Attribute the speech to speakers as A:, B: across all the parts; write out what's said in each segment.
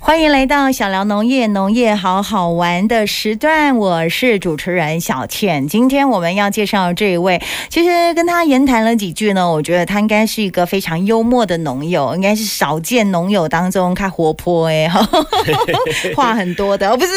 A: 欢迎来到小聊农业，农业好好玩的时段，我是主持人小倩。今天我们要介绍这一位，其实跟他言谈了几句呢，我觉得他应该是一个非常幽默的农友，应该是少见农友当中看活泼哎、 话很多的，哦不是，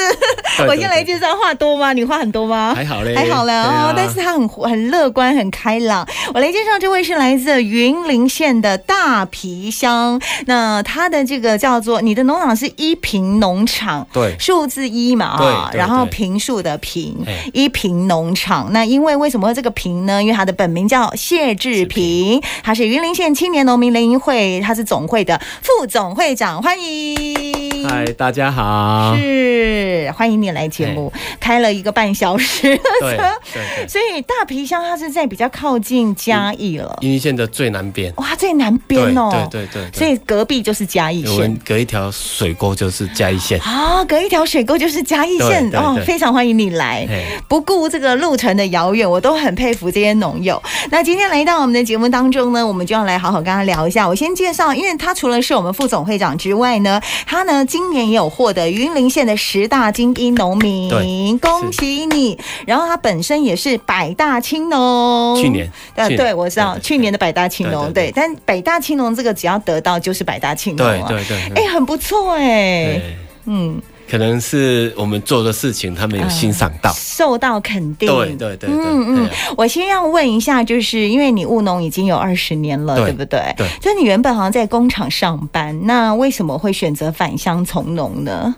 B: 对
A: 我
B: 对
A: 先来
B: 对
A: 介绍话多吗？你话很多吗？
B: 还好嘞，
A: 还好了
B: 对
A: 哦
B: 啊，
A: 但是他很活很乐观，很开朗。我来介绍这位是来自云林县的大皮乡，那他的这个叫做你的农场是一平农场。
B: 对
A: 数字一嘛啊，
B: 对对
A: 然后
B: 对
A: 平数的平
B: 哎，
A: 一平农场。那因为为什么会这个平呢？因为他的本名叫谢志平，他是云林县青年农民联谊会，他是总会的副总会长，欢迎。
B: 嗨，大家好，
A: 嗯是，欢迎你来节目，
B: 哎
A: 开了一个半小时。
B: 对对对，
A: 所以大皮乡它是在比较靠近嘉义了，
B: 云林县的最南边，
A: 哇，最南
B: 对
A: 边哦，
B: 对对对
A: 所
B: 对，
A: 以隔壁就是嘉义
B: 我们
A: 县。
B: 隔一条水沟就是嘉义县，
A: 啊，隔一条水沟就是嘉义县
B: 对对
A: 哦，
B: 对
A: 非常欢迎你来，
B: 哎，
A: 不顾这个路程的遥远，我都很佩服这些农友。那今天来到我们的节目当中呢，我们就要来好好跟他聊一下。我先介绍，因为他除了是我们副总会长之外呢，他呢今年也有获得云林县的十大精英农民，
B: 对
A: 恭喜你。然后他本身也是百大青农，
B: 去年，
A: 呃，
B: 去年
A: 对，我知道去年的百大青农，
B: 对
A: 对，但百大青农这个只要得到就是百大青农
B: 对
A: 啊，
B: 对对
A: 哎、
B: 对，
A: 很不错哎，
B: 对
A: 嗯，
B: 可能是我们做的事情，他们有欣赏到，
A: 受到肯定，
B: 对对对对，
A: 嗯嗯嗯
B: 对啊，
A: 我先要问一下，就是因为你务农已经有二十年了，
B: 对
A: 对不对？
B: 对
A: 就你原本好像在工厂上班，那为什么会选择返乡从农呢？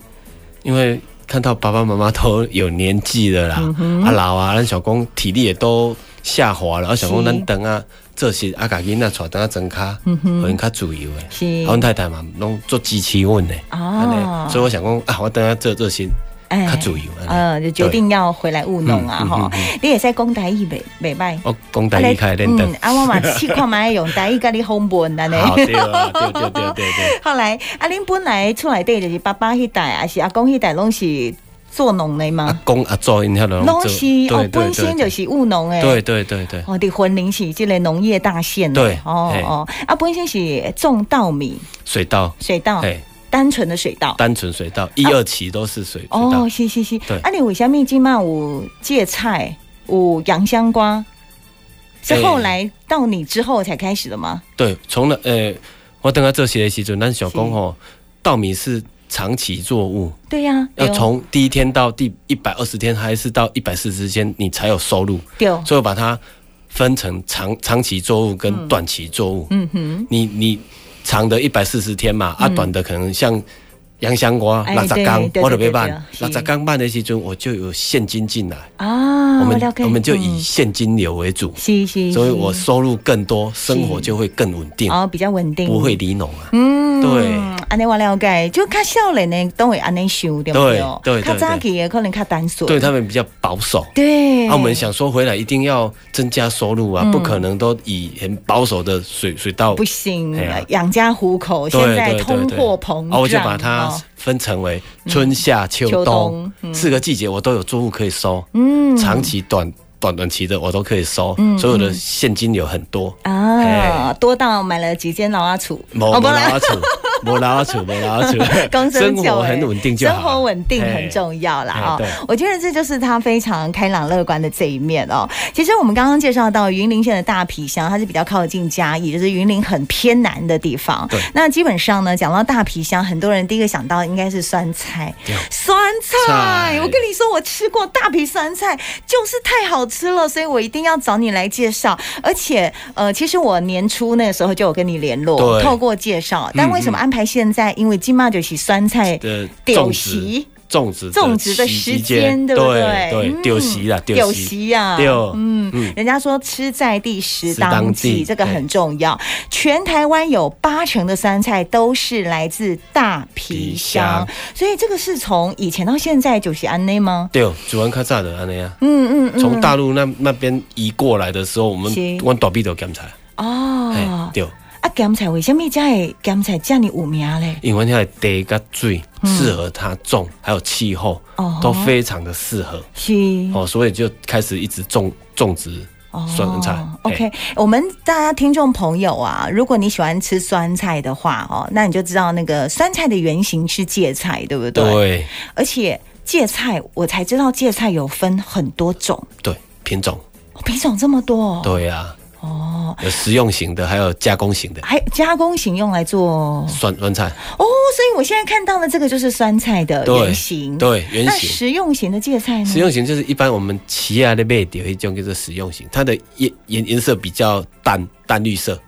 B: 因为。看到爸爸妈妈都有年纪了啦，
A: 嗯
B: 啊老啊，咱小公体力也都下滑了，啊小
A: 是
B: 公
A: 嗯
B: 咱等啊，这些啊家囡仔带等啊真卡，可能较自由诶。
A: 是
B: 啊，阮太太嘛，拢做支持阮的，安尼、
A: 啊，
B: 所以我想讲啊，我等下做做先，
A: 哎
B: 较自由安尼。
A: 呃，就决定要回来务农啊，
B: 嗯嗯
A: 哈、你也在工台艺美美拜。
B: 我讲台语开练的，
A: 嗯，啊，我嘛试看卖用台语甲你访问安尼。
B: 好对啊，对对对对 对，
A: 后来，啊，恁本来厝内底就是爸爸迄代，还是阿公迄代，拢是做农的
B: 阿
A: 吗？
B: 公啊阿祖因遐拢
A: 哦拢
B: 啊做
A: 是哦，本身就是务农诶。
B: 对对对对，
A: 哦，伫婚林是即个农业大县的。
B: 对
A: 哦
B: 嘿
A: 哦，啊，本身是种稻米、
B: 水稻，
A: 水稻，
B: 哎，
A: 单纯的水稻。
B: 单纯水稻，一二期都是水水稻
A: 啊哦，，是是是
B: 对。
A: 啊，你为什么即嘛有芥菜、有洋香瓜？是
B: 哎
A: 后来到你之后才开始的吗？
B: 对，从了诶，我等下做些的时阵，咱想讲吼，稻米是长期作物，
A: 对呀，
B: 要
A: 对哦
B: 从第一天到第一百二十天，还是到一百四十天，你才有收入。
A: 对，哦
B: 所以我把它分成长长期作物跟短期作物。
A: 嗯哼，嗯
B: 你你长的一百四十天嘛，啊，短的可能像洋香瓜
A: 哎
B: 六十
A: 对对
B: 缸，
A: 对
B: 我就没
A: 对对
B: 办
A: 是
B: 六十缸办的时阵，我就有现金进来，
A: 啊，
B: 我们
A: 了解
B: 我们就以
A: 嗯
B: 现金流为主，
A: 是是，
B: 所以我
A: 是
B: 收入更多，生活就会更稳定，
A: 哦比较稳定，
B: 不会离农啊。
A: 嗯，
B: 对
A: 安尼我了解，就较少年呢，都会安尼想对不
B: 对对
A: 较
B: 对
A: 早期的可能较单纯，
B: 对他们比较保守。
A: 对。嗯
B: 那、我们想说回来一定要增加收入啊，不可能都以很保守的水水稻
A: 不行
B: 哎呀，
A: 养家糊口，现
B: 对
A: 在
B: 对对
A: 通
B: 对
A: 货膨胀，
B: 啊，我就把它
A: 哦
B: 分成为春夏秋
A: 秋冬
B: 冬
A: 嗯
B: 四个季节，我都有作物可以收，
A: 嗯
B: 长期、短、短短期的我都可以收，所以我的现金流很多。
A: 啊，
B: 哎
A: 多到买了几间老阿厝，
B: 没
A: 哦不
B: 没
A: 啦，
B: 拉扯，没拉扯，没拉 扯
A: 刚
B: 生
A: 生久
B: 活
A: 哎
B: 很稳定就好。
A: 生活稳定
B: 哎
A: 很重要
B: 哎
A: 啦哦
B: 对。
A: 我觉得这就是他非常开朗乐观的这一面哦。其实我们刚刚介绍到云林县的大皮乡，它是比较靠近嘉义，就是云林很偏南的地方。
B: 对
A: 那基本上呢，讲到大皮乡，很多人第一个想到应该是酸菜
B: 对。
A: 酸菜，
B: 菜
A: 我跟你说，我吃过大皮酸菜，就是太好吃了，所以我一定要找你来介绍。而且，呃，其实我年初那个时候就有跟你联络，
B: 对
A: 透过介绍。但为什么安排现在？因为金马就是酸菜
B: 嗯的
A: 酒
B: 种植，
A: 席。
B: 种植
A: 种植的时间对不对
B: 对？对，
A: 嗯
B: 丢席啦，
A: 酒
B: 丢席，
A: 席呀、
B: 丢
A: 嗯，人家说吃在地食当地，
B: 食当地
A: 这个很重要。全台湾有八成的酸菜都是来自大皮
B: 皮
A: 乡
B: 乡，
A: 所以这个是从以前到现在酒席安内吗？
B: 对，主人较早的安尼啊。
A: 嗯嗯嗯，
B: 从大陆那那边移过来的时候，我们
A: 是
B: 我倒闭都检查，哎、
A: 哦，
B: 对，
A: 啊，咸菜为什么才会咸菜这么有名嘞？
B: 因为它的地跟水适合它种，还有气候
A: 哦嗯
B: 都非常的适合
A: 是
B: 哦，所以就开始一直种种植酸菜。
A: OK，、我们大家听众朋友啊，如果你喜欢吃酸菜的话哦，那你就知道那个酸菜的原型是芥菜，对不对？
B: 对
A: 而且芥菜，我才知道芥菜有分很多种，
B: 对，品种，
A: 哦品种这么多、哦。
B: 对呀、哦，有食用型的，还有加工型的
A: 还加工型用来做哦，
B: 酸酸菜，
A: 所以我现在看到了这个就是酸菜的
B: 对
A: 哦原型。
B: 对，原
A: 那
B: 型。
A: 食用型的芥菜呢？
B: 食用型就是一般我们奇亚的贝有一种叫做食用型，它的颜颜颜色比较淡淡绿色，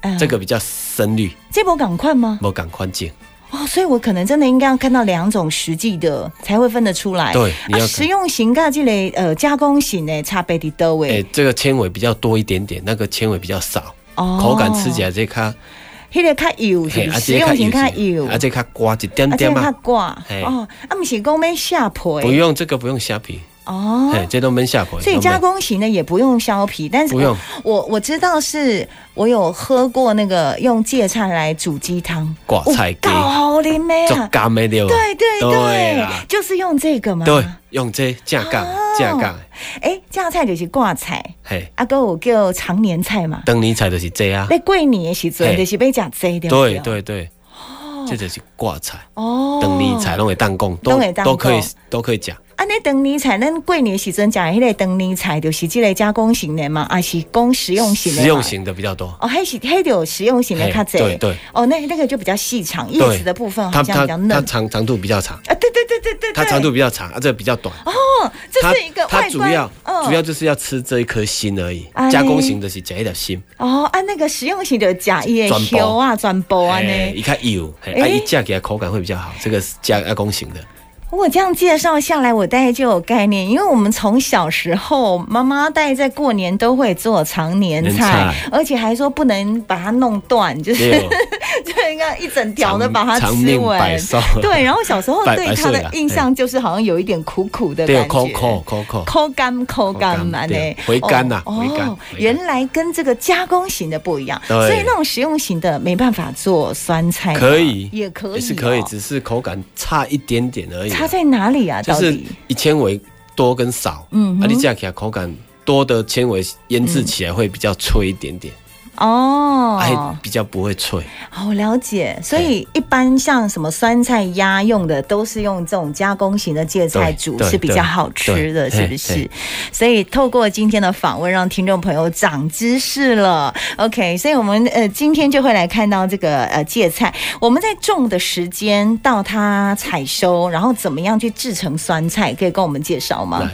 A: 嗯
B: 这个比较深绿，
A: 这波赶快吗？
B: 没感宽见。
A: 哦，所以我可能真的应该要看到两种实际的才会分得出来。
B: 对你
A: 啊，
B: 要看
A: 食用型跟这类呃加工型的差别的多
B: 哎、
A: 诶。
B: 这个纤维比较多一点点，那个纤维比较少，
A: 哦
B: 口感吃起，来哎这卡，
A: 迄个较油是
B: 嘿啊
A: 不是，食用型较油，
B: 而且卡刮一点
A: 啊，这
B: 点
A: 个较
B: 嘛，
A: 挂
B: 嘿
A: 哦，啊，不是讲要下
B: 不
A: 皮
B: 用这个不用虾皮，
A: 哦
B: 哎、。这都焖下皮。
A: 所以
B: 都焖
A: 加工型的也不用削皮，但是
B: 不用
A: 我我我知道是我有喝过那个用芥菜来煮鸡汤，哦
B: 挂菜
A: 搞
B: 鸡，
A: 好的妹
B: 做
A: 啊！
B: 干的对吧？
A: 对对
B: 对
A: 对
B: 啦，
A: 就是用这个嘛。
B: 对，用这架杠
A: 哦
B: 架杠，
A: 哎，芥菜就是挂菜。
B: 嘿，
A: 啊，哥，我叫常年菜嘛，
B: 当年菜就是这啊，
A: 在过年的时阵就
B: 嘿
A: 是要食这的，
B: 对，对对，这就是挂菜，
A: 哦，
B: 当年菜。拢会当供，
A: 都
B: 都
A: 可以当
B: 都可以
A: 讲
B: 都可以讲，
A: 啊，那当年菜，咱过年的时阵食迄个当年菜，就是即个加工型的嘛，啊是供食用型的嘛，
B: 实用型的比较多，
A: 哦，还是还有食用型的
B: 嘿
A: 较济，
B: 对对，
A: 哦，那那个就比较细长，叶子的部分好
B: 它
A: 像
B: 它
A: 比较
B: 它
A: 嫩
B: 长长度比较长，
A: 啊，对对对对对，
B: 它
A: 对
B: 长度比较长，啊，这比较短，
A: 哦，这
B: 它
A: 是一个
B: 它
A: 外
B: 主
A: 观，
B: 要
A: 嗯
B: 主要就是要吃这一颗心而已
A: 哎，
B: 加工型的是加一点心，
A: 哦，啊那个食用型的假叶
B: 转播
A: 球啊、转播啊
B: 哎，
A: 呢，
B: 一看有，嘿
A: 哎
B: 啊，一架起来口感会比较好，这个是加加工型 的，
A: 我这样介绍下来，我大概就有概念，因为我们从小时候，妈妈大概在过年都会做常年菜，
B: 年菜
A: 而且还说不能把它弄断， 就是
B: 对哦
A: 就应该一整条的
B: 长
A: 把它
B: 长
A: 吃
B: 命百
A: 完。
B: 寿，
A: 对，然后小时候
B: 百
A: 对
B: 百
A: 它
B: 岁
A: 的
B: 啊
A: 印象就是好像有一点苦苦的
B: 对，
A: 感
B: 口
A: 觉
B: 口。口口。
A: 抠干抠干嘛呢
B: 对？回甘呐回
A: 哦
B: 甘回甘
A: 原来跟这个加工型的不一样，
B: 对
A: 所以那种食用型的没办法做酸菜吗，
B: 可以，
A: 哎也可以、
B: 也是可以，
A: 哦
B: 只是口感差一点点而已啊。
A: 差在哪里啊？
B: 就
A: 到
B: 是
A: 底？
B: 以纤维多跟少，
A: 嗯
B: 嗯，
A: 哼
B: 啊，你架起来口感多的纤维腌制起来会比较脆一点点，
A: 嗯哦，
B: 还比较不会脆。
A: 好了解。所以一般像什么酸菜鸭用的，都是用这种加工型的芥菜
B: 对
A: 煮，
B: 对
A: 是比较好吃的，
B: 对
A: 是不是？所以透过今天的访问，让听众朋友长知识了。OK，所以我们呃今天就会来看到这个呃芥菜，我们在种的时间到它采收，然后怎么样去制成酸菜，可以跟我们介绍吗？
B: 来，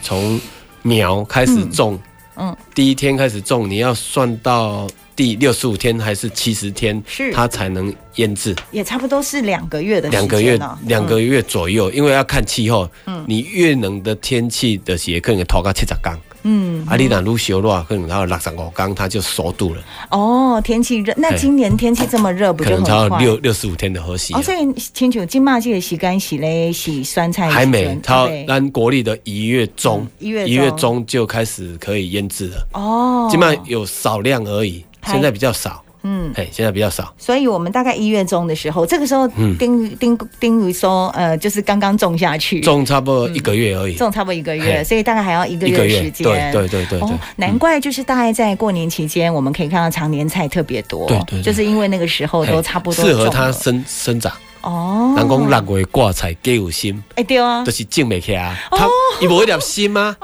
B: 从苗开始种，
A: 嗯嗯
B: 第一天开始种，你要算到第六十五天还是七十天，
A: 是
B: 它才能腌制，
A: 也差不多是两个月的时间啊哦嗯
B: 两个月
A: 了，
B: 两个月左右，因为要看气候，你越冷的天气的也可能拖到七十天。
A: 嗯
B: 啊，你若愈烧热，可能到六十五天它就熟度了，
A: 哦，天气热，那
B: 嘿
A: 今年天气这么热，不
B: 可
A: 就
B: 能
A: 很
B: 到
A: 快？
B: 六六十五天的河西啊、
A: 哦，所以清楚金马季的洗干洗嘞，洗酸菜
B: 还
A: 时
B: 没
A: 间，
B: 它
A: 对
B: 咱国历的一月中
A: 嗯，一月中
B: 一月中就开始可以腌制了，
A: 哦，
B: 起码有少量而已，
A: 嗨
B: 现在比较少，
A: 嗯，
B: 哎，现在比较少，
A: 所以我们大概一月中的时候，这个时候
B: 嗯
A: 丁丁丁如说，呃，就是刚刚种下去，
B: 种差不多一个月而已，
A: 种差不多一个月，
B: 嘿
A: 所以大概还要一个
B: 一
A: 月
B: 个
A: 的
B: 月
A: 时，间，
B: 对对对对对
A: 哦，，难怪就是大概在过年期间，我们可以看到常年菜特别多，
B: 对对对
A: 就是因为那个时候
B: 嘿
A: 都差不多
B: 适合
A: 种
B: 它
A: 了
B: 生生长。
A: 哦，
B: 人讲六月挂菜皆有心，
A: 哎对啊
B: 就，是种不起来啊，它伊无一粒心吗？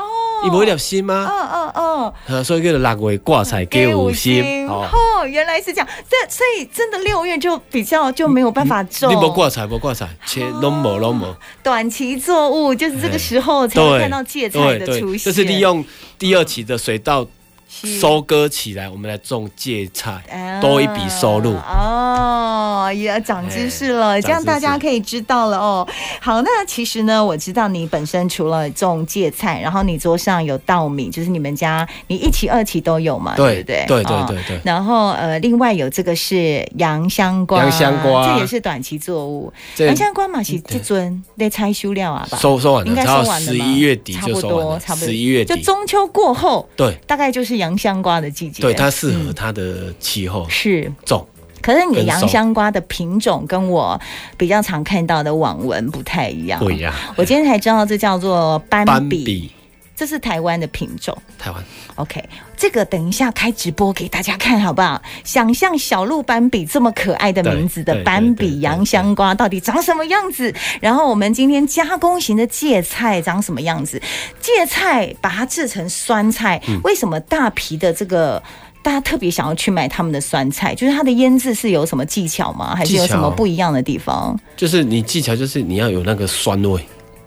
B: 伊无一粒心吗？
A: 哦哦哦。
B: 啊，所以叫做六月挂菜皆有心。
A: 哦，原来是这样。这所以真的六月就比较就没有办法种，
B: 你无挂菜，无挂菜，切拢无拢无。
A: 短期作物，就是这个时候才会看哦到芥菜的出现。
B: 就是利用第二期的水稻收割起来，我们来种芥菜，
A: 啊
B: 多一笔收入。
A: 哦，也长知识了，
B: 哎
A: 这样大家
B: 长
A: 可以知道了哦。好，那其实呢，我知道你本身除了种芥菜，然后你桌上有稻米，就是你们家你一期、二期都有嘛，
B: 对
A: 不对？
B: 对对
A: 哦
B: 对对
A: 然后呃，另外有这个是洋香瓜，
B: 洋香瓜
A: 这也是短期作物。
B: 这
A: 洋香瓜嘛是哎这尊得拆修料啊吧？
B: 收收完
A: 应
B: 了，
A: 该
B: 然
A: 收完
B: 后
A: 了吧
B: 十一月底
A: 差
B: 就
A: 不
B: 收完
A: 多，
B: 了，
A: 差不多。
B: 十一月
A: 就
B: 底。
A: 中秋过后，
B: 对
A: 大概就是洋香瓜的季节。
B: 对，它适
A: 嗯
B: 合它的气候
A: 是
B: 种。
A: 可是你的
B: 跟
A: 洋
B: 熟
A: 香瓜的品种跟我比较常看到的网文不太一样。
B: 不一样
A: 啊我今天才知道这叫做斑
B: 斑
A: 比
B: 比
A: 这是台湾的品种。
B: 台湾
A: OK，这个等一下开直播给大家看好不好？想象小鹿斑比这么可爱的名字的
B: 对对
A: 斑
B: 对对
A: 比
B: 对
A: 洋香瓜到底长什么样子？然后我们今天加工型的芥菜长什么样子？芥菜把它制成酸菜，
B: 嗯
A: 为什么大皮的这个？大家特别想要去买他们的酸菜，就是它的腌制是有什么技巧吗？还是有什么
B: 技巧
A: 不一样的地方？
B: 就是你技巧，就是你要有那个酸味，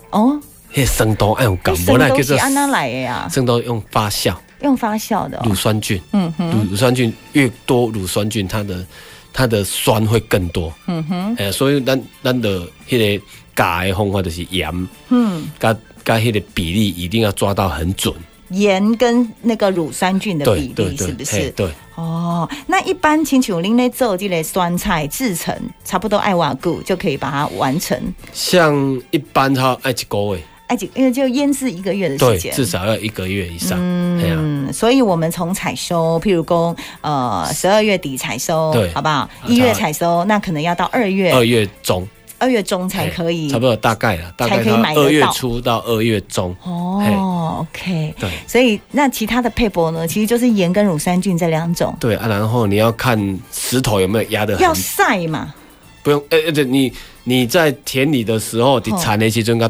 A: 哦，
B: 嘿，生豆哎，有感
A: 这什
B: 冒
A: 么
B: 那
A: 东
B: 叫
A: 西
B: 做
A: 安娜来的呀？
B: 生豆用发酵
A: 用发酵的、哦
B: 乳，酸菌，嗯哼，乳酸菌越多，乳酸菌它的它的酸会更多，嗯哼，哎，所以咱咱的迄个加的方法就是盐，嗯，加加迄个比例一定要抓到很准，
A: 盐跟那个乳酸菌的
B: 对
A: 比
B: 对
A: 例
B: 对
A: 是不，
B: 嘿
A: 是？
B: 对，
A: 哦，那一般亲像恁咧做这类酸菜制成，差不多爱瓦久就可以把它完成。
B: 像一般它爱一个月，
A: 哎，就因为就腌制一个月的
B: 对
A: 时，间，
B: 至少要一个月以上，哎呀，
A: 嗯，所以我们从采收，譬如说，呃，十二月底采收，
B: 对啊
A: 好不好？
B: 好
A: 一月采收，那可能要到二月，
B: 二月中。
A: 二月中才可以，
B: 哎差不多大概了，大
A: 才
B: 概
A: 可以买得到
B: 二月初到二月中，
A: 哦，OK，
B: 对
A: 所以那其他的配博呢，其实就是盐跟乳酸菌这两种，
B: 对啊，然后你要看石头有没有压得
A: 要
B: 很，
A: 晒嘛，
B: 不用，呃，而且你你在田里的时候，你铲的时阵，甲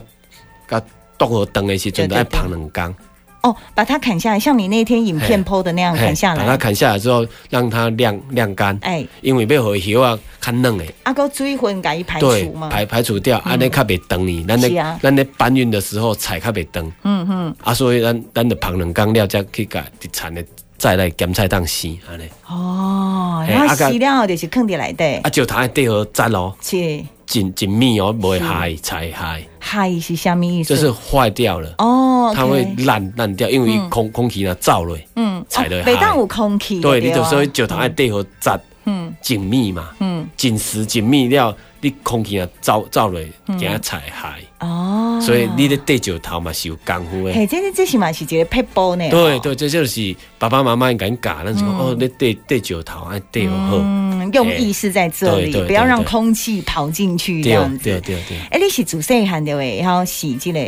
B: 甲冻和灯的时阵，
A: 哦对对
B: 要
A: 对
B: 旁两缸，
A: 哦，把它砍下来，像你那天影片
B: 嘿
A: PO 的那样
B: 嘿
A: 嗯砍下
B: 把它
A: 来，
B: 砍下来之后，让它晾晾干，
A: 哎，
B: 因为要和叶啊较嫩的，
A: 阿哥追魂给它排
B: 对
A: 除嘛，，嗯
B: 排排除掉，安尼较袂长呢。咱
A: 是
B: 咧
A: 啊
B: 咱咧搬运的时候踩较袂长，嗯嗯，啊，所以咱咱的旁两缸了，才去甲地铲的再来咸菜当洗安尼，
A: 哦，
B: 嘿
A: 然后
B: 啊个
A: 洗了后就是坑底来的，
B: 啊，就它的地和粘哦。
A: 是
B: 紧紧密哦，不会害才害，
A: 嗨是虾米意思？
B: 就是坏掉了，
A: 哦，
B: 它
A: OK
B: 会烂烂掉，因为空空气呢燥了，
A: 嗯，
B: 踩得
A: 北
B: 嗨
A: 当有空气，
B: 对你
A: 啊
B: 就是会石头爱地和扎，嗯，紧密嘛，嗯，紧实紧密了，你空气呢燥燥了，
A: 嗯
B: 给它踩害，
A: 哦，
B: 所以你咧地石头嘛是有功夫的。
A: 嘿，这这这是嘛是一个 p e 呢，
B: 对
A: 哦。
B: 对，这就是爸爸妈妈应该教，咱是讲哦，你地地石头爱地和好，
A: 嗯，用意是在这
B: 对对
A: 里，
B: 对
A: 不要让
B: 对
A: 空气跑进去这
B: 对
A: 样
B: 对
A: 子。
B: 对对，
A: 哎，你是煮细汉的喂，然后洗这个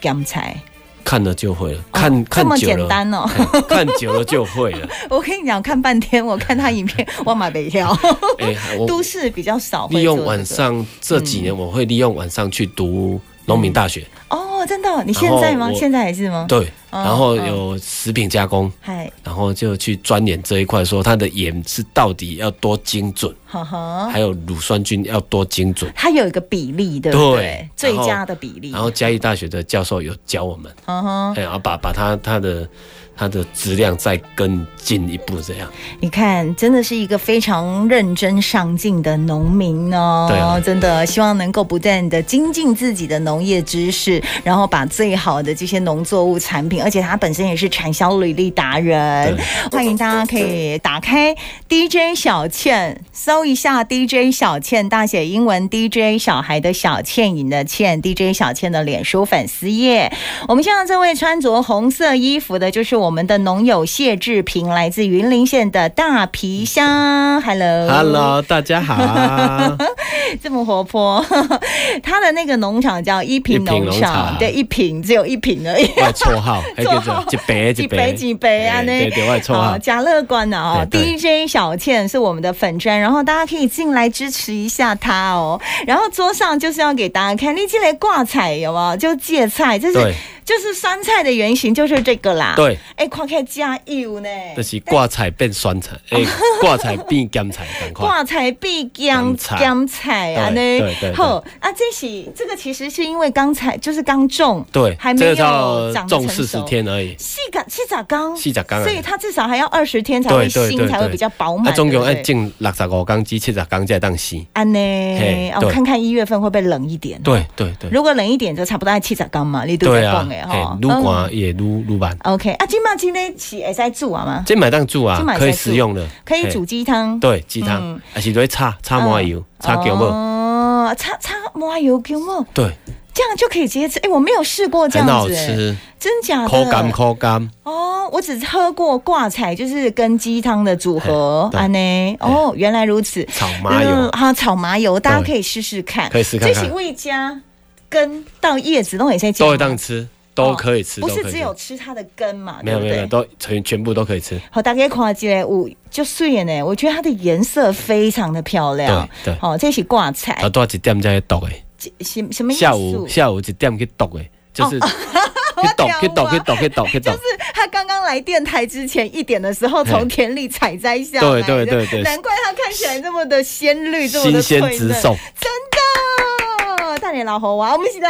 A: 咸菜，哦
B: 看了就会了，看
A: 这
B: 看
A: 么
B: 久
A: 简
B: 了，哎
A: 单哦。
B: 嘿看久了就会了。
A: 我跟你讲，看半天，我看他影片，我买不了。
B: 哎， 我
A: 都市比较少会
B: 利
A: 做
B: 用
A: 这
B: 晚
A: 个嗯
B: 上这几年，我会利用晚上去读农民大学，
A: 哦，真的哦，你
B: 然
A: 现在
B: 后
A: 吗？
B: 我
A: 现在还是吗？
B: 对，
A: 嗯
B: 然后有食品加工，
A: 嗨，
B: 然后就去钻研这一块，说它的盐是到底要多精准，
A: 呵呵，
B: 还有乳酸菌要多精准。
A: 它有一个比例，对不对
B: 对？
A: 最
B: 然后
A: 佳的比例。
B: 然后嘉义大学的教授有教我们，
A: 呵呵，
B: 哎，然后把把它它的它的质量再更进一步这样。
A: 你看，真的是一个非常认真上进的农民
B: 对
A: 哦
B: 啊，
A: 真的希望能够不断的精进自己的农业知识，然后把最好的这些农作物产品，而且他本身也是产销履历达人
B: 对。
A: 欢迎大家可以打开 DJ 小倩，搜一下 DJ 小倩，大写英文 DJ 小孩的小倩，颖的倩，DJ 小倩的脸书粉丝页。我们现在这位穿着红色衣服的，就是我们的农友谢志平，来自云林县的大皮乡。Hello，
B: Hello，大家 好，
A: 这么活泼。 他的那个农场叫一
B: 一
A: 平
B: 平
A: 农
B: 农
A: 场，
B: 场
A: 对，一平只有一平而已。
B: 我的绰号还叫
A: 绰
B: 做
A: 号
B: 一杯
A: 几
B: 一
A: 杯
B: 哎杯
A: 几杯啊？
B: 哎
A: 那
B: 对对，我的绰
A: 好
B: 号。
A: 假乐观的哦
B: 对
A: ，DJ 小倩是我们的粉砖，然后大家可以进来支持一下她哦。然后桌上就是要给大家看，你进来挂彩有没有？就芥菜，就是
B: 对
A: 就是酸菜的原型就是这个啦。
B: 对，
A: 哎，看看加油呢，
B: 就是挂菜变酸菜， 诶、挂菜变咸菜，赶快。
A: 挂彩必姜
B: 姜菜
A: 姜菜啊，
B: 对对对对
A: 好啊，这是这个其实是因为刚才就是刚种，
B: 对，
A: 还没
B: 这
A: 有
B: 个到
A: 长得
B: 种
A: 成
B: 四十
A: 熟。
B: 天而已，
A: 细长细长刚，
B: 四十天而已
A: 所以它至少还要二十天才会
B: 对啊对
A: 新
B: 对
A: 才会
B: 对
A: 比较饱
B: 啊，
A: 满。
B: 总共
A: 对
B: 要
A: 不对
B: 种六十五天至七十天才当洗。
A: 安呢
B: 嘿，
A: 哦，
B: 对
A: 看看一月份会不会冷一点？，
B: 对对对，
A: 如果冷一点就差不多爱七十缸嘛，你都在
B: 对啊
A: 讲的，
B: 嘿
A: 哈，。
B: 愈
A: 嗯
B: 寒也愈愈慢。
A: OK，啊，今嘛今天是会使煮啊吗？
B: 这买当煮啊
A: 这买，
B: 可以
A: 在煮
B: 食用的，
A: 可以
B: 嘿
A: 煮。鸡汤，
B: 对，鸡汤
A: 嗯，
B: 还是对炒炒麻油，炒姜母，
A: 哦，擦擦麻油姜末，
B: 对，
A: 这样就可以直接吃。哎，我没有试过这
B: 很
A: 样
B: 好
A: 子，哎
B: 吃，
A: 真假的？
B: 口感口感。
A: 哦，我只喝过挂菜，就是跟鸡汤的组合，
B: 嘿对
A: 安呢。哦，原来如此。
B: 炒麻油
A: 嗯，哈，炒麻油，大家
B: 对
A: 可以试试看，
B: 可以试看看
A: 这是味加跟到叶子都也在
B: 都会当吃，都可以吃，
A: 哦不
B: 都
A: 是
B: 可
A: 只
B: 以吃
A: 有吃它的根嘛？
B: 没有
A: 对
B: 没
A: 不
B: 有没有，
A: 对？
B: 都全全部都可以吃。
A: 好，大家看起来有就碎眼呢，我觉得它的颜色非常的漂亮。
B: 对对
A: 哦，这是挂菜，
B: 啊，多一点才会毒的，
A: 这什什么意思？哦
B: 下午下午一点去毒的， 就是去毒
A: 我
B: 去
A: 懂
B: 毒
A: 啊
B: 去毒去毒去 毒
A: 就。是他刚刚来电台之前一点的时候，从田里采摘下来
B: 对
A: 的，
B: 对对对
A: 难怪它看起来这么的鲜绿，这么
B: 新
A: 的
B: 鲜
A: 翠嫩
B: 直送，
A: 真的。大脸老猴啊娃，我们是 的，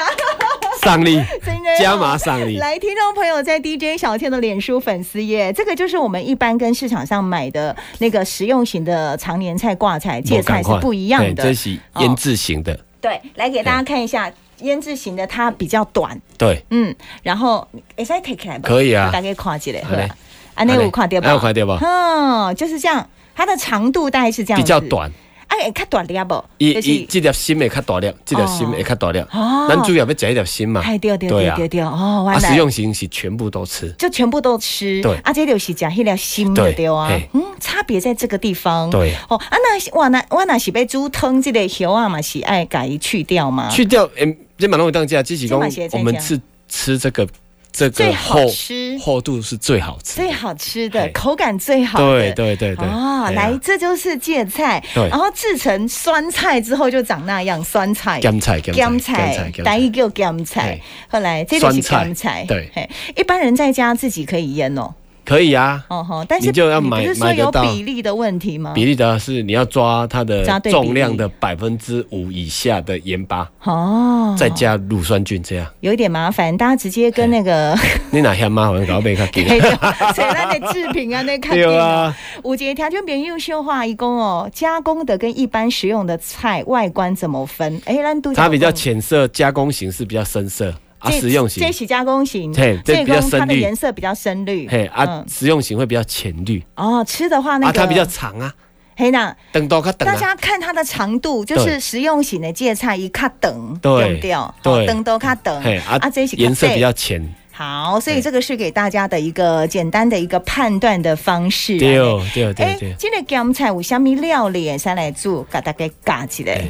B: 上力
A: 真的
B: 加码上力，
A: 来，听众朋友在 DJ 小天的脸书粉丝页，这个就是我们一般跟市场上买的那个食用型的常年菜、挂菜、芥菜是不一样
B: 嘿这
A: 的。
B: 是
A: 哦
B: 腌制型的，
A: 对，来给大家看一下，腌制型的它比较短，
B: 对，
A: 嗯，然后哎，再 take 来吧，
B: 可以啊
A: 大概看一下
B: 好
A: 好
B: 嘞
A: 吧安内有看到吧？
B: 安有看到吧
A: 嗯，就是这样，它的长度大概是这样，
B: 比较。短。
A: 哎，会较短点不？
B: 伊
A: 就
B: 伊
A: 是
B: 这粒心会较大粒，这粒心会较大粒。
A: 哦
B: 咱主要要食一粒心嘛。
A: 哎，对对
B: 对
A: 对
B: 啊
A: 对对，哦，
B: 啊，
A: 原来
B: 食用型是全部都吃。
A: 就全部都吃，
B: 对
A: 啊，这就是讲迄条心的
B: 对
A: 对啊
B: 嘿，
A: 嗯，差别在这个地方，
B: 对
A: 哦，啊那是我那我那是被猪汤这个油啊嘛是爱改去掉嘛，
B: 去掉诶，这马龙有当家，只是讲
A: 这嘛是会这
B: 我
A: 样
B: 们吃吃这个这
A: 最
B: 个
A: 好
B: 厚
A: 吃
B: 厚度是最好吃的。
A: 最好吃的
B: 嘿
A: 口感最好的，
B: 对对对对。
A: 啊，
B: 嘿
A: 来，这就是芥菜，
B: 对
A: 然后制成酸菜之后就长那样，酸菜。
B: 咸菜咸菜
A: 菜，
B: 咸
A: 单
B: 菜
A: 一叫咸菜
B: 嘿，
A: 后来这就是
B: 酸菜
A: 咸菜。
B: 对
A: 嘿，一般人在家自己可以腌哦，
B: 可以啊。
A: 哦吼，但是
B: 你就要
A: 不
B: 买
A: 是说
B: 买得
A: 有
B: 到
A: 比例的问题吗？
B: 比例的是你要抓它的
A: 哦抓对比例
B: 重量的百分之五以下的盐巴，
A: 哦，
B: 再加乳酸菌这 样。
A: 有一点麻烦，大家直接跟那个，
B: 你哪嫌麻烦，搞袂较 紧。
A: 嘿 对所以咱的制品啊，那看定
B: 对
A: 啊
B: 啊。
A: 有一个条件朋友说话，一共哦，加工的跟一般食用的菜外观怎么分？哎，咱都
B: 它比较浅色，加工型是比较深色啊，
A: 这
B: 食用型
A: 这是加工型，
B: 嘿这
A: 所以
B: 比较
A: 说它
B: 深
A: 的
B: 绿
A: 颜色比较深绿。
B: 嘿啊
A: 嗯，
B: 食用型会比较浅绿
A: 哦，吃的话那
B: 啊，
A: 个
B: 它比较长啊，
A: 嘿那
B: 等到它等
A: 大
B: 啊，
A: 家看它的长度，就是
B: 对
A: 食用型的芥菜一看等
B: 对
A: 用掉，
B: 对
A: 等都看等
B: 嘿啊
A: 这是，较
B: 颜色
A: 细
B: 比较浅，
A: 好，所以这个是给大家的一个简单的一个判断的方式。
B: 对哦对哦对
A: 哎
B: 哦对哦，。
A: 这个咸菜有啥物料理会使来做，给大家教一下。
B: 哎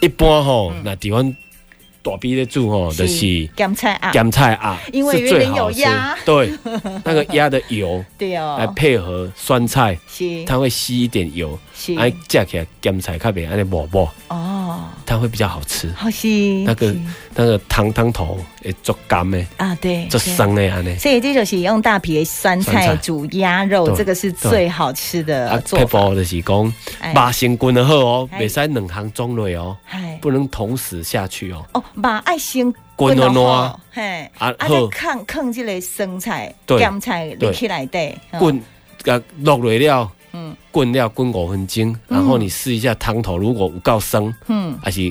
B: 一般吼，那地方大逼咧煮吼，就是
A: 咸菜啊，
B: 咸菜啊，
A: 因为
B: 是最
A: 园林有
B: 好吃
A: 鸭，
B: 对，那个鸭的油
A: 对
B: 来
A: 哦，
B: 配合酸菜，
A: 是
B: 哎它会吸一点油，
A: 是
B: 哎，加起来咸菜较袂安尼薄薄，
A: 哦，
B: 它会比较好吃。
A: 好哦是
B: 那个
A: 是
B: 那个汤汤头会足甘的，
A: 啊，对，对
B: 足酸的安尼。
A: 所以这就是用大皮的酸菜
B: 酸菜
A: 煮鸭肉，
B: 对
A: 这个是最好吃的
B: 啊，
A: 呃做
B: 配
A: 法。
B: 包就是讲，
A: 哎
B: 肉先滚得好哦，
A: 哎
B: 袂使两行装落哦，
A: 哎，
B: 不能同时下去哦。
A: 哦，把爱心
B: 滚
A: 到
B: 暖暖，
A: 嘿，
B: 啊
A: 啊，再
B: 好
A: 放放这个生菜、
B: 对
A: 咸菜入
B: 对
A: 起来底，嗯
B: 滚，啊，落落了，
A: 嗯
B: 滚了滚五分钟，然后你试一下汤头，如果有够酸，
A: 嗯
B: 还是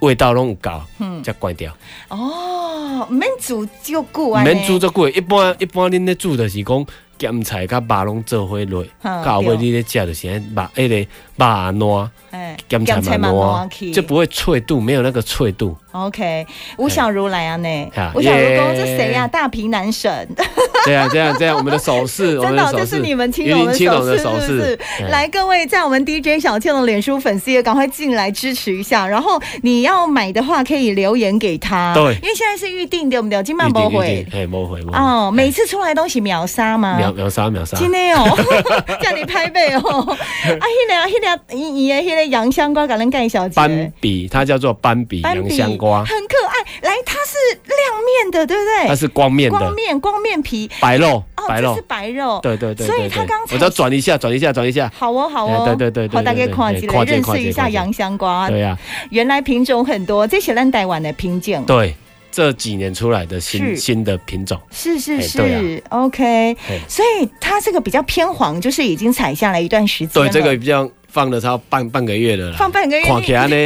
B: 味道拢有够，
A: 嗯，
B: 才关掉。
A: 哦，唔免煮就久
B: 毋
A: 啊，
B: 免煮，足久的，一般一般恁咧煮就是讲咸菜甲肉拢做伙落，
A: 嗯
B: 到后尾
A: 对
B: 你咧食就是安肉迄个肉烂，
A: 哎，
B: 咸菜嘛
A: 软
B: 烂
A: 去，
B: 就不会脆度，没有那个脆度。
A: OK。吴小如来啊呢
B: 哎，
A: 吴小如公
B: 耶
A: 这谁呀？大皮男神，
B: 这样这样这样，我们的手势，我
A: 真
B: 们
A: 的
B: 的
A: 哦
B: 手势，
A: 就是你们听
B: 于
A: 懂
B: 林
A: 的
B: 青
A: 手
B: 龙
A: 势
B: 的
A: 是
B: 手
A: 不是
B: 势，？
A: 来，各位在我们 DJ 小倩的脸书粉丝也赶快进来支持一下。然后你要买的话，可以留言给他，
B: 对
A: 因为现在是预定的，我们聊金
B: 哎
A: 曼博
B: 一
A: 会
B: 定一定哎，没回，没回
A: 哦，每次出来都是秒杀吗？
B: 秒秒杀秒杀，
A: 真的 哦，叫你拍背哦。啊，那个、那个、伊伊的那个洋香瓜，给咱介绍一下。
B: 斑比，它叫做斑比
A: 斑
B: 洋
A: 比
B: 香瓜，
A: 很可爱。来，它是亮面的，对不对？
B: 它是光面
A: 光
B: 的
A: 面光面皮，
B: 白肉
A: 哦，，
B: 白
A: 这
B: 肉
A: 是，白肉。
B: 对对对，
A: 所以
B: 对
A: 它
B: 对
A: 刚才
B: 我再转一下，转一下，转一下，
A: 好哦，好哦，
B: 哎对对对对
A: 好，大家
B: 对对
A: 看
B: 对
A: 起来
B: 跨界
A: 认
B: 跨
A: 识
B: 界
A: 一下
B: 跨界
A: 洋香瓜，
B: 对呀，
A: 原来品种很多，这是咱台湾的品种。
B: 对，这几年出来的
A: 是
B: 新新的品种，
A: 是是
B: 哎
A: 是、
B: 对
A: o k
B: 哎
A: 所以它这个比较偏黄，就是已经采下来一段时间
B: 对，
A: 了。
B: 这个比较放了差不多半半个月了啦，
A: 啊放半个月
B: 看起 来呢，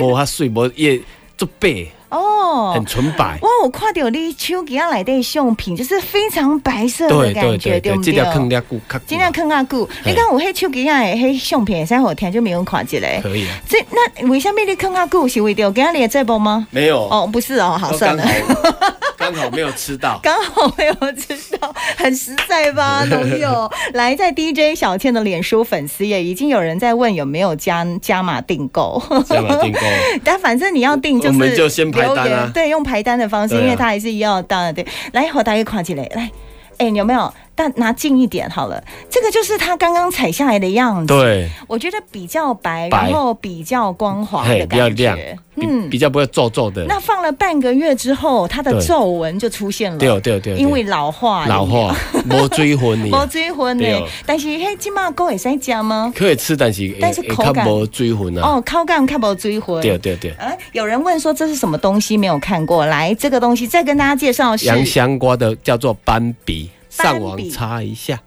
B: 无它水，无叶做白，
A: 哦
B: 很，纯 白。
A: 哇，我看到你手机啊来的用品，就是非常白色的
B: 对
A: 感
B: 对
A: 觉，对
B: 对对，
A: 不
B: 这
A: 对？
B: 条坑了骨，较久
A: 尽量看阿久，你看我迄手机啊的迄相片，使好听就没有看起来。
B: 可以啊，
A: 这那为什么你看阿久是为着今日的节目吗？
B: 没有
A: 哦，不是哦，好
B: 都
A: 算
B: 刚
A: 了
B: 好。 刚好没有吃 到。
A: 刚好没有知道，很实在吧，农友。 来，在 DJ 小倩的脸书粉丝页，已经有人在问有没有加加码订购。
B: 加码 订购，
A: 但反正你要订就是
B: 我们就先排单啊
A: 留言对，用排单的方式，
B: 对啊
A: 因为它还是一样的单的。对，来，我大家看起来，来，哎、你有没有？但拿近一点好了，这个就是它刚刚采下来的样子。
B: 对，
A: 我觉得比较白，
B: 白
A: 然后比较光滑的
B: 嘿，
A: 感觉，嗯
B: 比较亮，比比较不会皱皱的。
A: 那放了半个月之后，它的
B: 对
A: 皱纹就出现了。
B: 对对对，
A: 因为老化，
B: 老化，无 追魂呢，
A: 无水分呢
B: 对哦。
A: 但是迄即马狗会使食吗？
B: 可以吃，但是
A: 但是
B: 会
A: 口
B: 较
A: 感
B: 无追魂啊。
A: 哦，口感较无水分。
B: 对对对，
A: 呃，有人问说这是什么东西，没有看过。来，这个东西再跟大家介绍是
B: 洋香瓜的叫做斑比，
A: 斑比
B: 上网查一下。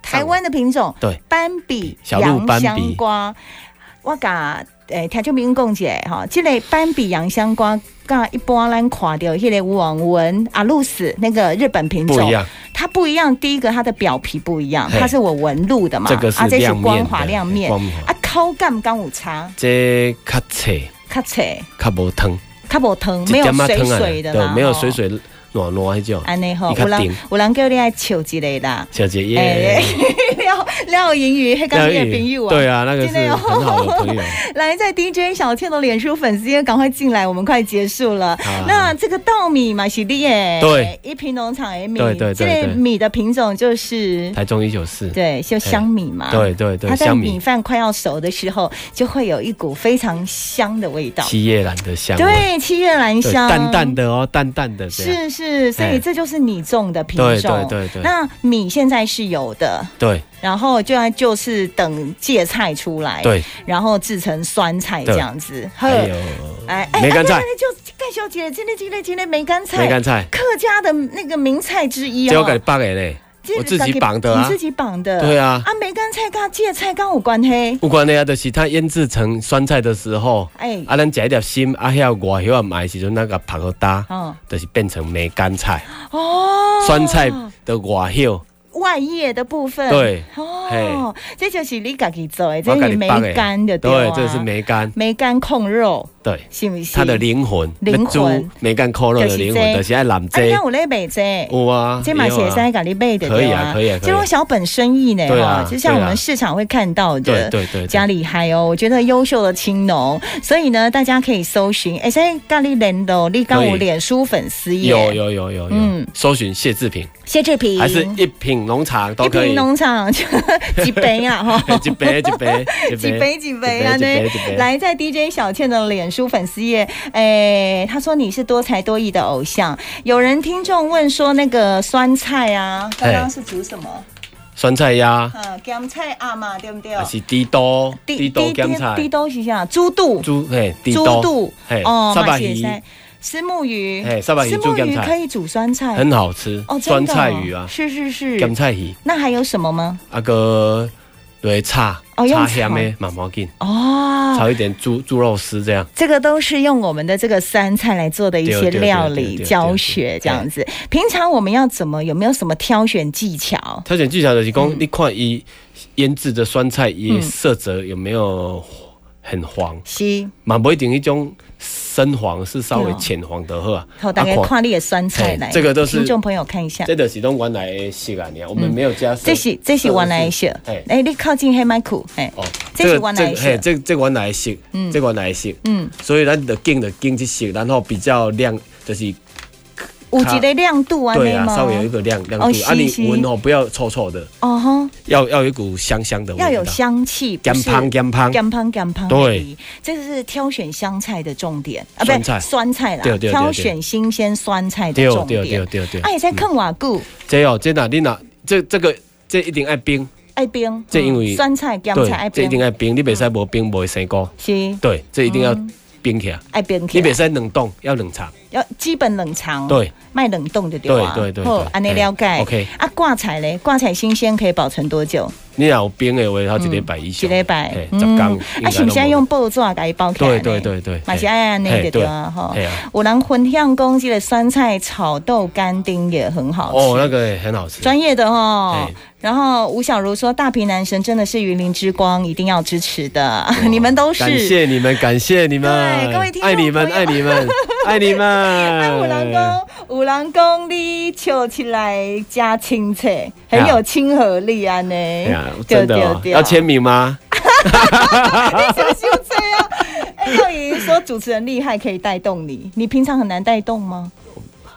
A: 台湾的品种，
B: 对，
A: 斑比
B: 小鹿
A: 洋
B: 斑比
A: 香瓜。我甲诶，听众朋友讲一下哈，这个斑比洋香瓜，甲一般咱看到迄个网纹阿露斯啊那个日本品
B: 不一
A: 种，
B: 样，
A: 它不一样。第一个，它的表皮不一样，
B: 嘿
A: 它是我纹路的嘛，
B: 这个是
A: 啊，这是
B: 亮面的哎
A: 光滑亮面，
B: 光滑
A: 啊，口感刚有差。
B: 这较脆，
A: 较脆，
B: 较无汤，
A: 较无汤，
B: 一
A: 哦没有
B: 点仔
A: 水
B: 汤啊
A: 水的哦
B: 对
A: 啦，，
B: 没有
A: 吼
B: 水。水软软迄种。
A: 安尼吼，有
B: 你较
A: 人
B: 甜
A: 有人叫你爱笑一个啦。
B: 小姐
A: 哎
B: 耶，
A: 廖廖莹瑜，迄个
B: 廖
A: 你的
B: 玉
A: 朋友啊。
B: 对啊，那个是
A: 真的哦
B: 很好的朋友。
A: 来，在 DJ 小倩的脸书粉丝页赶快进来，我们快结束了。
B: 啊
A: 那这个稻米嘛是的耶，
B: 对，
A: 一瓶农场的米，
B: 对对对
A: 这个
B: 对
A: 米的品种就是
B: 台中一九四，
A: 对，就香米嘛。
B: 对对对
A: 它，在
B: 香
A: 米
B: 米
A: 饭快要熟的时候，就会有一股非常香的味道。
B: 七叶兰的香味，
A: 对，七月兰
B: 对
A: 香，
B: 淡淡的哦，淡淡的这
A: 是
B: 样。
A: 是，所以
B: 哎
A: 这就是你种的品
B: 对
A: 种。
B: 对对对
A: 那米现在是有的，
B: 对
A: 然后就要就是等芥菜出来，，
B: 对，
A: 然后制成酸菜
B: 对
A: 这样子。呵
B: 还有
A: 哎
B: 梅干菜
A: 哎那就盖小姐，今天今天今天梅干菜，
B: 梅干菜，
A: 客家的那个名菜之一哦
B: 这我给你绑的嘞，
A: 这
B: 我自己绑的
A: 你
B: 啊
A: 自。己绑的，
B: 对啊
A: 啊，梅干菜跟芥菜跟有关系。
B: 不管那啊，就是它腌制成酸菜的时候，
A: 哎
B: 啊，咱食一粒心，啊，遐外叶买的时阵那个拍个搭，
A: 嗯，
B: 就是变成梅干菜，
A: 哦，
B: 酸菜的外叶，
A: 外叶的部分，
B: 对，
A: 哦，
B: 嘿
A: 这就是你自己做的，这
B: 我
A: 是
B: 给
A: 你梅
B: 绑的
A: 干的，
B: 对，
A: 啊
B: 这是梅干，
A: 梅干控肉，
B: 对，
A: 是不是？哎
B: 它的灵魂，
A: 灵魂
B: 那猪梅干扣肉的灵
A: 就是
B: 魂，
A: 这
B: 就是爱揽
A: 啊，
B: 这
A: 你，看我咧卖这。
B: 有啊，
A: 这嘛
B: 也有
A: 写
B: 啊
A: 在咖喱背的
B: 可以啊可以啊可以
A: 这种小本生意呢，
B: 对啊
A: 哈就像我
B: 对
A: 们
B: 啊
A: 市场会看到
B: 对
A: 的，
B: 对对，
A: 家里还有我觉得优秀的青农，所以呢，大家可以搜寻，哎，在咖喱人的立刚我
B: 可以
A: 脸书粉丝页，
B: 有有有有有
A: 嗯，
B: 搜寻谢志平，
A: 谢志平，
B: 还是一品农场都
A: 一
B: 可以。
A: 平，农场几杯啊，哈
B: 一杯一杯 一
A: 几杯几杯啊？
B: 一杯
A: 对
B: 一杯，
A: 来在 DJ 小倩的脸书粉丝页，哎，他说你是多才多艺的偶像。有人听众问说那个酸菜啊，刚
B: 哎
A: 刚是煮什么？
B: 酸菜呀，
A: 啊，咸菜鸭嘛，对不对？
B: 啊还是猪肚，猪肚咸
A: 滴
B: 菜，
A: 都是啥？猪肚，
B: 猪嘿，
A: 猪
B: 猪
A: 肚哦
B: 肚嘿，，沙
A: 嘛
B: 巴
A: 是会
B: 鱼
A: 使石目鱼，
B: 嘿沙巴鱼
A: 石目
B: 煮
A: 鱼
B: 咸菜
A: 可以煮酸菜，
B: 很好吃
A: 哦，，真
B: 酸
A: 的哦
B: 菜鱼啊，
A: 是是
B: 咸
A: 是。
B: 菜鱼，
A: 那还有什么吗？
B: 啊个来炒
A: 哦用
B: 炒
A: 炒
B: 咸的慢慢紧，
A: 哦，
B: 炒一点猪猪肉丝这样，
A: 这个都是用我们的这个酸菜来做的一些
B: 对对对
A: 料
B: 对对
A: 理
B: 对对
A: 教学这样子。平常我们要怎么有没有什么挑选技巧？
B: 挑选技巧就是
A: 嗯
B: 讲，你看伊腌制的酸菜伊的色泽有没有很黄，
A: 是，
B: 嘛不一定一种深黄，是稍微
A: 对哦
B: 浅黄的好啊。
A: 好，大概
B: 啊看
A: 跨列酸菜来，
B: 嘿这个都是
A: 听众朋友看一下。嗯
B: 这就是种原来的色啊，我们没有加色。
A: 这是这是原来的色，
B: 哎
A: 哎，你靠近黑麦克，哎，
B: 哦，
A: 这是原来的
B: 这嘿
A: 色，
B: 这这原来的色，这原来的色，
A: 嗯，
B: 所以咱就拣就拣这色，然后比较亮，就是
A: 有一个亮度啊，
B: 对
A: 那
B: 啊，
A: 吗
B: 稍微有一个亮亮
A: 哦
B: 度
A: 是
B: 啊，你闻
A: 是
B: 哦不要臭臭的，
A: 哦吼，
B: 要要有一股香香的味道，
A: 要有香气，不
B: 咸
A: 是
B: 香咸香，
A: 干胖干胖，
B: 对
A: 哎，这个是挑选香菜的重点啊，不
B: 酸
A: 是
B: 菜
A: 酸菜啦
B: 对，对对
A: 挑选新鲜酸菜的
B: 对
A: 重
B: 对对
A: 点。
B: 对对。
A: 哎，在坑瓦固
B: 这哦，这哪你哪这这个这一定爱冰，
A: 爱冰，
B: 这因为
A: 嗯酸菜、咸菜爱
B: 对，这一定
A: 冰，
B: 爱冰，你袂使无冰，袂生菇，
A: 是
B: 对，这一定要冰起来，
A: 爱冰嗯起
B: 你
A: 来，
B: 袂使冷冻，要冷藏，
A: 要基本冷藏，，
B: 对，
A: 卖冷冻的对吧？
B: 对对对
A: 好
B: 对
A: 安尼了解。
B: 哎，OK
A: 啊，挂彩嘞，挂彩新鲜可以保存多久？
B: 你若有冰的话，它一礼拜以
A: 嗯一
B: 上，
A: 礼拜
B: 嘿，十天，应
A: 啊，
B: 该
A: 是不是要
B: 拢无
A: 用报纸给它包起来呢？
B: 对对对对，
A: 嘛是爱安尼
B: 嘿
A: 就对啊吼
B: 嘿啊，
A: 有人分享讲，这个酸菜炒豆干丁也很好吃。
B: 哦，那个很好吃，
A: 专业的哦
B: 哎。
A: 然后吴小如说，大皮男神真的是云林之光，一定要支持的。 你们都是。
B: 感谢你们，感谢你们，
A: 对各位听众
B: 爱你
A: 朋
B: 们，
A: 友啊
B: 爱你们，爱你们，
A: 爱有人讲，有人讲你笑起来加亲切，很有亲和力啊呢。
B: 哎呀，真的哦，要签名吗？
A: 小心这 样。哎，廖莹说主持人厉害，可以带动你。你平常很难带动吗？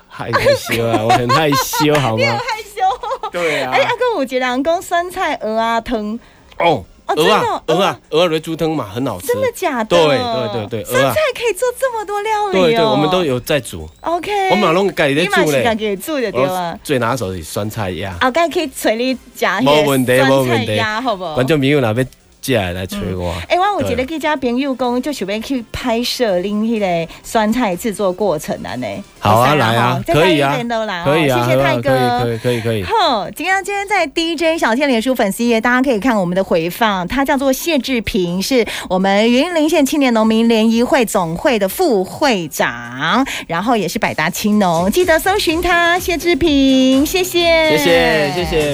B: 害羞啊，我很害羞，好吗？
A: 害羞。
B: 对啊
A: 哎，，阿公有一个人讲酸菜鹅啊汤，
B: 哦，
A: 哦
B: 鹅
A: 真的
B: 啊
A: 哦，
B: 鹅啊，鹅儿猪汤嘛，很好吃，
A: 真的假的？
B: 对对对对
A: 酸
B: 鹅啊
A: 菜可以做这么多料理哦。
B: 对对，我们都。有在煮，
A: OK。
B: 我马龙改在
A: 你嘛
B: 煮
A: 是家
B: 嘞。
A: 己煮就对
B: 我
A: 啊。
B: 最拿手是酸菜鸭，
A: 后盖可以找你食
B: 没问题，
A: 迄
B: 没
A: 酸菜
B: 问题
A: 鸭，好不好？
B: 观众朋友那边接下来找我，
A: 哎、我有一个记者朋友讲，就想要去拍摄恁迄个酸菜制作过程安尼。
B: 好啊，
A: 可以啦
B: 来啊
A: 吼，再
B: 可以
A: 带
B: 啊
A: 一点都来，哦
B: 可以啊，
A: 谢谢泰
B: 可
A: 哥。
B: 以可以可以可以，
A: 哼，今天今天在 DJ 小倩脸书粉丝页，大家可以看我们的回放，他叫做谢志平，是我们云林县青年农民联谊会总会的副会长，然后也是百达青农，记得搜寻他谢志平，谢谢，
B: 谢谢谢。谢。